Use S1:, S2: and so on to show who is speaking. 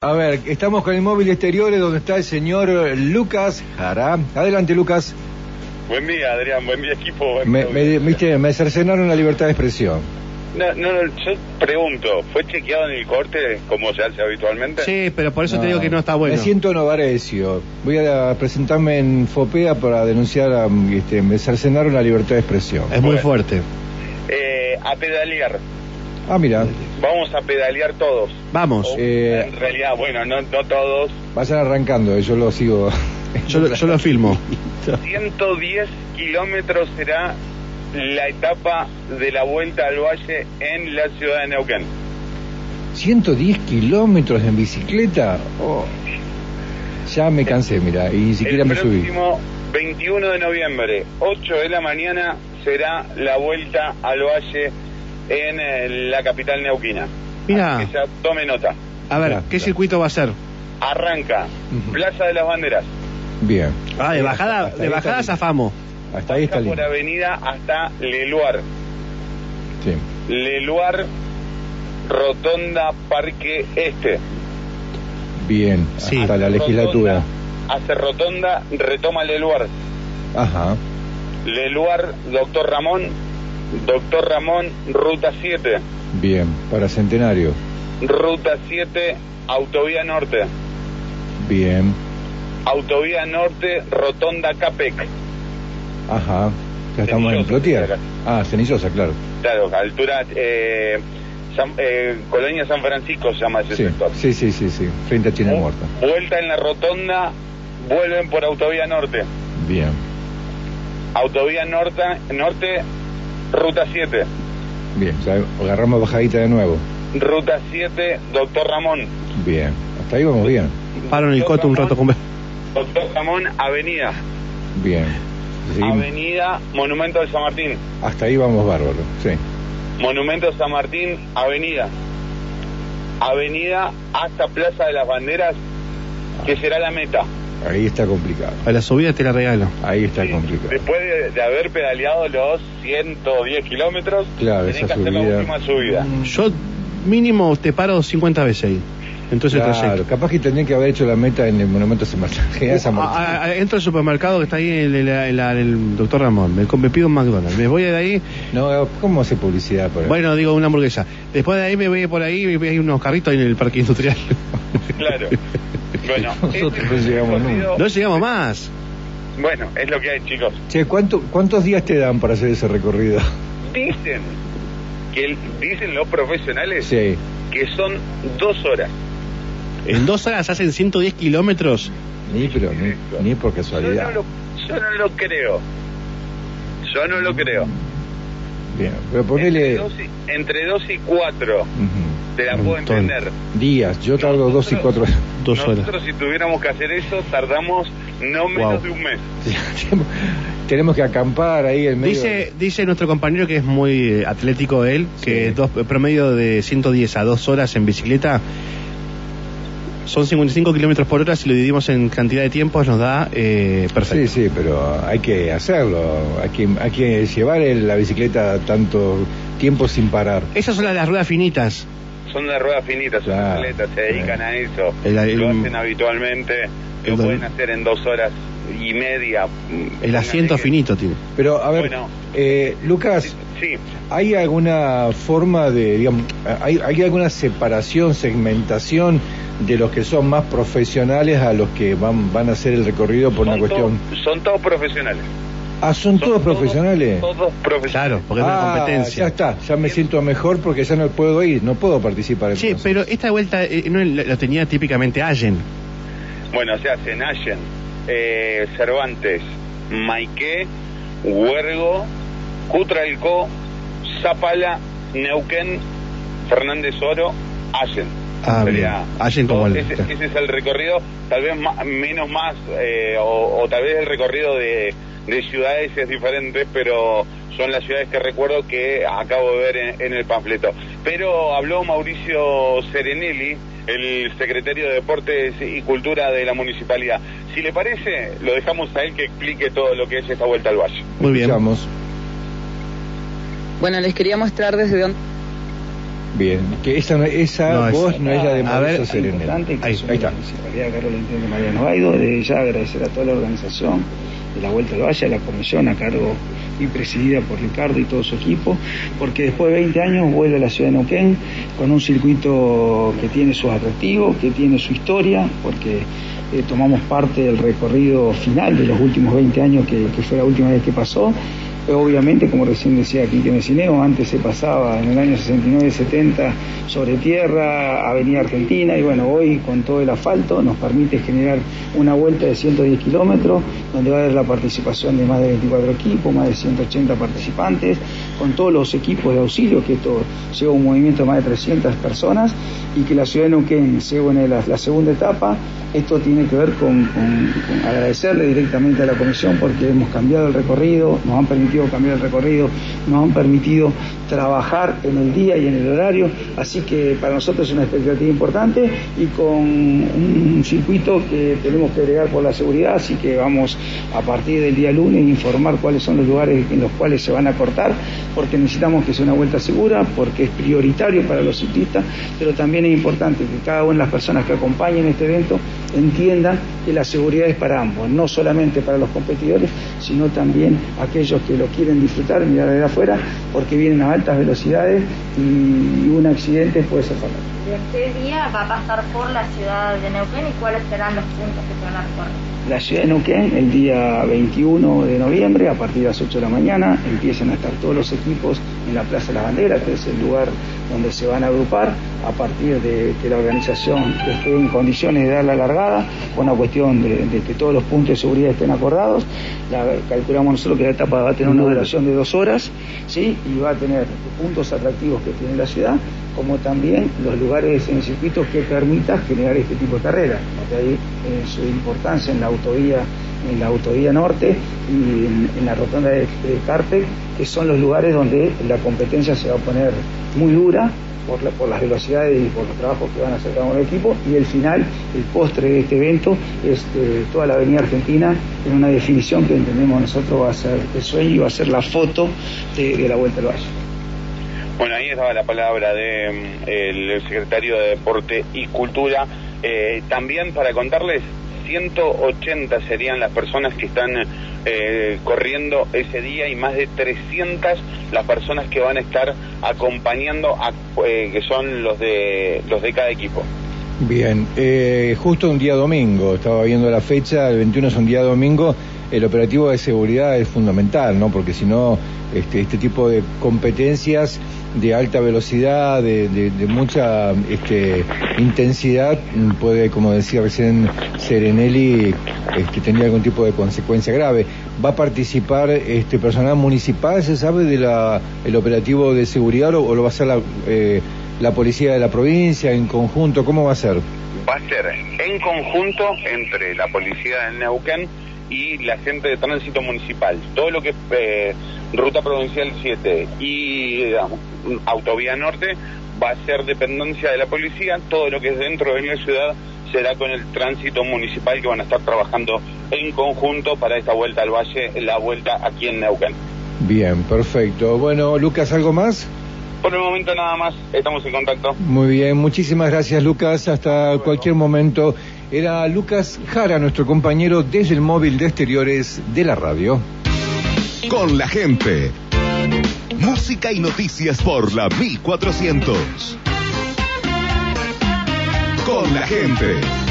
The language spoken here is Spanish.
S1: A ver, estamos con el móvil exteriores donde está el señor Lucas Jara. Adelante, Lucas.
S2: Buen día, Adrián, buen día, equipo. buen
S1: Me,
S2: día,
S1: me,
S2: audiencia.
S1: viste, me cercenaron la libertad de expresión.
S2: No, no, no, yo pregunto, ¿fue chequeado en el corte como se hace habitualmente?
S3: Sí, pero por eso te digo que no está bueno.
S1: Ah, Me siento novarecio. Voy a presentarme en FOPEA para denunciar a. Este, me cercenaron la libertad de expresión.
S3: Es muy
S2: Bueno.
S3: fuerte.
S2: Eh, a pedalear,
S1: Ah, mira.
S2: vamos a pedalear todos.
S3: Vamos.
S2: O,
S1: eh,
S2: En realidad, bueno, no, no todos.
S1: Vayan arrancando, eh, yo lo sigo.
S3: Yo, lo- yo lo filmo.
S2: 110 kilómetros será la etapa de la vuelta al valle en la ciudad de Neuquén.
S1: 110 kilómetros en bicicleta. Oh. Ya me cansé, mira, y ni siquiera
S2: el
S1: me subí.
S2: próximo 21 de noviembre, 8 de la mañana, será la vuelta al valle en eh, la capital neuquina.
S3: Mirá.
S2: Así que ya tome nota.
S3: A ver,
S1: Claro,
S3: ¿qué
S1: claro.
S3: circuito va a ser?
S2: Arranca,
S1: Ujú.
S2: Plaza de las Banderas.
S1: Bien.
S3: Ah, de bajada,
S1: Hasta ahí
S3: de
S1: está
S3: bajada
S1: bien.
S3: zafamos.
S1: Hasta ahí está
S2: Pasa por
S1: lindo.
S2: avenida hasta Leluar.
S1: Sí.
S2: Leluar, Rotonda Parque Este.
S1: Bien,
S3: Sí.
S1: hasta la legislatura.
S2: Rotonda, hace Rotonda, retoma Leluar.
S1: Ajá.
S2: Leluar, Doctor Ramón. Doctor Ramón, Ruta 7.
S1: Bien, para centenario.
S2: Ruta 7, Autovía Norte.
S1: Bien.
S2: Autovía Norte, Rotonda Capec.
S1: Ajá. Ya estamos en
S2: Cenillosa,
S1: Plotier.
S2: claro.
S1: Ah, Cenillosa, claro.
S2: Claro, altura... eh, San- eh, Colonia San Francisco se llama ese
S1: Sí,
S2: sector.
S1: sí, sí, sí, sí. Frente a China
S2: Vu-
S1: Muerta.
S2: Vuelta en la rotonda, vuelven por Autovía Norte.
S1: Bien.
S2: Autovía Norte, norte Ruta 7.
S1: Bien, ya agarramos bajadita de nuevo.
S2: Ruta 7, Doctor Ramón.
S1: Bien. Hasta ahí vamos bien.
S3: Paro en el coto un rato con...
S2: Doctor Ramón, Avenida.
S1: Bien. Seguimos.
S2: Avenida Monumento de San Martín.
S1: Hasta ahí vamos bárbaro. Sí.
S2: Monumento San Martín, Avenida. Avenida hasta Plaza de las Banderas, que será la meta.
S1: Ahí está complicado.
S3: A la subida te la regalo.
S1: Ahí está complicado.
S2: Después de, de haber pedaleado los 110 kilómetros,
S1: Claro,
S2: tenés
S1: esa
S2: que hacer la
S1: subida. Mm.
S2: última subida.
S3: Mm, Yo mínimo te paro 50 veces ahí. Entonces el
S1: Claro,
S3: trayecto. Uh,
S1: capaz que tendrían que haber hecho la meta en el monumento a San Martín. a San Martín.
S3: A- a- entro al supermercado que está ahí el, el- el- el doctor Ramón. Me, com- me pido un McDonald's. Me voy de ahí.
S1: No, ¿cómo hace publicidad por ahí?
S3: Bueno, digo una hamburguesa. Después de ahí me voy por ahí y hay unos carritos ahí en el parque industrial.
S2: Claro. Bueno,
S1: Nosotros
S2: este
S1: no
S2: es el
S1: llegamos
S2: recorrido.
S3: No llegamos más.
S2: Bueno, es lo que hay, chicos.
S1: Che, ¿cuánto- ¿cuántos días te dan para hacer ese recorrido?
S2: Dicen que el- dicen los profesionales
S1: Sí.
S2: que son dos horas.
S3: En dos horas hacen 110 kilómetros.
S1: Ni, pero ni, ni por
S2: Yo no,
S1: casualidad.
S2: lo, yo no lo creo. Yo no lo creo.
S1: Bien, pero
S2: Entre
S1: ponele...
S2: dos, y, entre dos y cuatro,
S1: Ujú.
S2: te la puedo
S3: Montón.
S2: entender.
S1: Días, yo tardo dos y cuatro...
S3: Dos horas.
S2: Nosotros si tuviéramos que hacer eso, tardamos no menos
S3: Wow.
S2: de un mes.
S1: Tenemos que acampar ahí en medio...
S3: Dice, dice nuestro compañero que es muy eh, atlético él, que
S1: Sí.
S3: dos, eh, promedio de 110 a 2 horas en bicicleta son 55 kilómetros por hora. Si lo dividimos en cantidad de tiempos, nos da eh,
S1: Sí,
S3: perfecto.
S1: sí, pero hay que hacerlo, hay que, hay que llevar el- la bicicleta tanto tiempo sin parar.
S3: Esas son las, las ruedas finitas.
S2: Son de ruedas finitas, son
S1: Claro.
S2: atletas, se dedican a eso.
S3: El- el-
S2: lo hacen habitualmente, lo
S3: el-
S2: pueden hacer en dos horas y media.
S3: El asiento
S2: Pónganle que-
S3: finito tiene.
S1: Pero, a ver,
S2: Bueno.
S1: eh, Lucas,
S2: Sí,
S1: ¿Hay alguna forma de, digamos, hay, hay alguna separación, segmentación de los que son más profesionales a los que van, van a hacer el recorrido por una
S2: son todos-
S1: cuestión?
S2: son todos profesionales.
S1: Ah, ¿son, todos profesionales?
S2: Todos, profesionales.
S3: Claro, porque es una
S1: Ah,
S3: competencia.
S1: Ya está, ya me siento mejor porque ya no puedo ir, no puedo participar.
S3: Che,
S1: entonces.
S3: pero esta vuelta eh, no la la tenía típicamente Allen.
S2: Bueno, se hacen Allen, eh, Cervantes, Maiqué, Huergo, Cutralcó, Zapala, Neuquén, Fernández Oro, Allen.
S3: Ah,
S2: Sería-
S3: bien. Allen como el-
S2: ese, ese es el recorrido, tal vez ma- menos más, eh, o, o tal vez el recorrido de, de ciudades es diferente, pero son las ciudades que recuerdo que acabo de ver en, en el panfleto. Pero habló Mauricio Serenelli, el secretario de Deportes y Cultura de la municipalidad. Si le parece, lo dejamos a él que explique todo lo que es esta vuelta al valle.
S3: Muy bien.
S1: Escuchamos.
S4: Bueno, les quería mostrar desde dónde
S1: Bien, que esa, no- esa
S3: No es-
S1: voz no es la de
S3: a
S1: Mauricio
S3: ver,
S1: Serenel.
S4: importante que
S3: Ahí,
S4: su
S1: ahí está.
S4: municipalidad Carlos Valentín de Mariano Baido, desde ya agradecer a toda la organización de la Vuelta al Valle, a la comisión a cargo y presidida por Ricardo y todo su equipo, porque después de 20 años vuelve a la ciudad de Neuquén con un circuito que tiene sus atractivos, que tiene su historia, porque eh, tomamos parte del recorrido final de los últimos 20 años que, que fue la última vez que pasó. Obviamente, como recién decía Quinquén Cineo, antes se pasaba en el año 69-70 sobre tierra, Avenida Argentina, y bueno, hoy con todo el asfalto nos permite generar una vuelta de 110 kilómetros, donde va a haber la participación de más de 24 equipos, más de 180 participantes, con todos los equipos de auxilio, que esto lleva un movimiento de más de 300 personas, y que la ciudad de Neuquén lleva en la, la segunda etapa. Esto tiene que ver con, con- con agradecerle directamente a la comisión porque hemos cambiado el recorrido, nos han permitido cambiar el recorrido, nos han permitido trabajar en el día y en el horario, así que para nosotros es una expectativa importante y con un circuito que tenemos que agregar por la seguridad, así que vamos a partir del día lunes a informar cuáles son los lugares en los cuales se van a cortar, porque necesitamos que sea una vuelta segura, porque es prioritario para los ciclistas, pero también es importante que cada una de las personas que acompañen este evento entiendan que la seguridad es para ambos, no solamente para los competidores, sino también aquellos que lo quieren disfrutar, mirar desde afuera, porque vienen a altas velocidades y un accidente puede ser fatal.
S5: ¿De qué día va a pasar por la ciudad de Neuquén y cuáles serán los puntos que se van a recorrer?
S4: La ciudad de Neuquén, el día 21 de noviembre, a partir de las 8 de la mañana, empiezan a estar todos los equipos en la Plaza de la Bandera, que es el lugar donde se van a agrupar, a partir de que la organización esté en condiciones de dar la largada, con una cuestión de, de que todos los puntos de seguridad estén acordados. La- calculamos nosotros que la etapa va a tener una duración de dos horas, ¿sí? y va a tener puntos atractivos que tiene la ciudad, como también los lugares en circuitos que permitan generar este tipo de carreras. De ahí eh, su importancia en la autovía, en la autovía norte y en, en la rotonda de, de Carpec, que son los lugares donde la competencia se va a poner muy dura por, la- por las velocidades y por los trabajos que van a hacer cada uno del equipo. Y el final, el postre de este evento, es eh, toda la Avenida Argentina en una definición que entendemos nosotros va a ser el sueño y va a ser la foto de, de la Vuelta al Valle.
S2: Bueno, ahí estaba la palabra de mm, el secretario de Deporte y Cultura. Eh, también para contarles, 180 serían las personas que están eh, corriendo ese día y más de 300 las personas que van a estar acompañando, a, eh, que son los de los de cada equipo.
S1: Bien, eh, justo un día domingo, estaba viendo la fecha, el 21 es un día domingo, el operativo de seguridad es fundamental, ¿no? Porque si no, este, este tipo de competencias de alta velocidad, de, de- de mucha este, intensidad, mm, puede, como decía recién Serenelli, este, tener algún tipo de consecuencia grave. ¿Va a participar este personal municipal, se sabe, del operativo de seguridad o, o lo va a hacer la... eh, la policía de la provincia en conjunto, ¿cómo va a ser?
S2: va a ser en conjunto entre la policía de Neuquén y la gente de tránsito municipal. Todo lo que es eh, Ruta Provincial 7 y digamos, Autovía Norte va a ser dependencia de la policía. Todo lo que es dentro de la ciudad será con el tránsito municipal que van a estar trabajando en conjunto para esta vuelta al valle, la vuelta aquí en Neuquén.
S1: Bien, perfecto. Bueno, Lucas, ¿algo más?
S2: Por el momento nada más, estamos en contacto.
S1: Muy bien, muchísimas gracias Lucas, hasta cualquier momento. Era Lucas Jara, nuestro compañero desde el móvil de exteriores de la radio.
S6: Con la gente. Música y noticias por la 1400. Con la gente.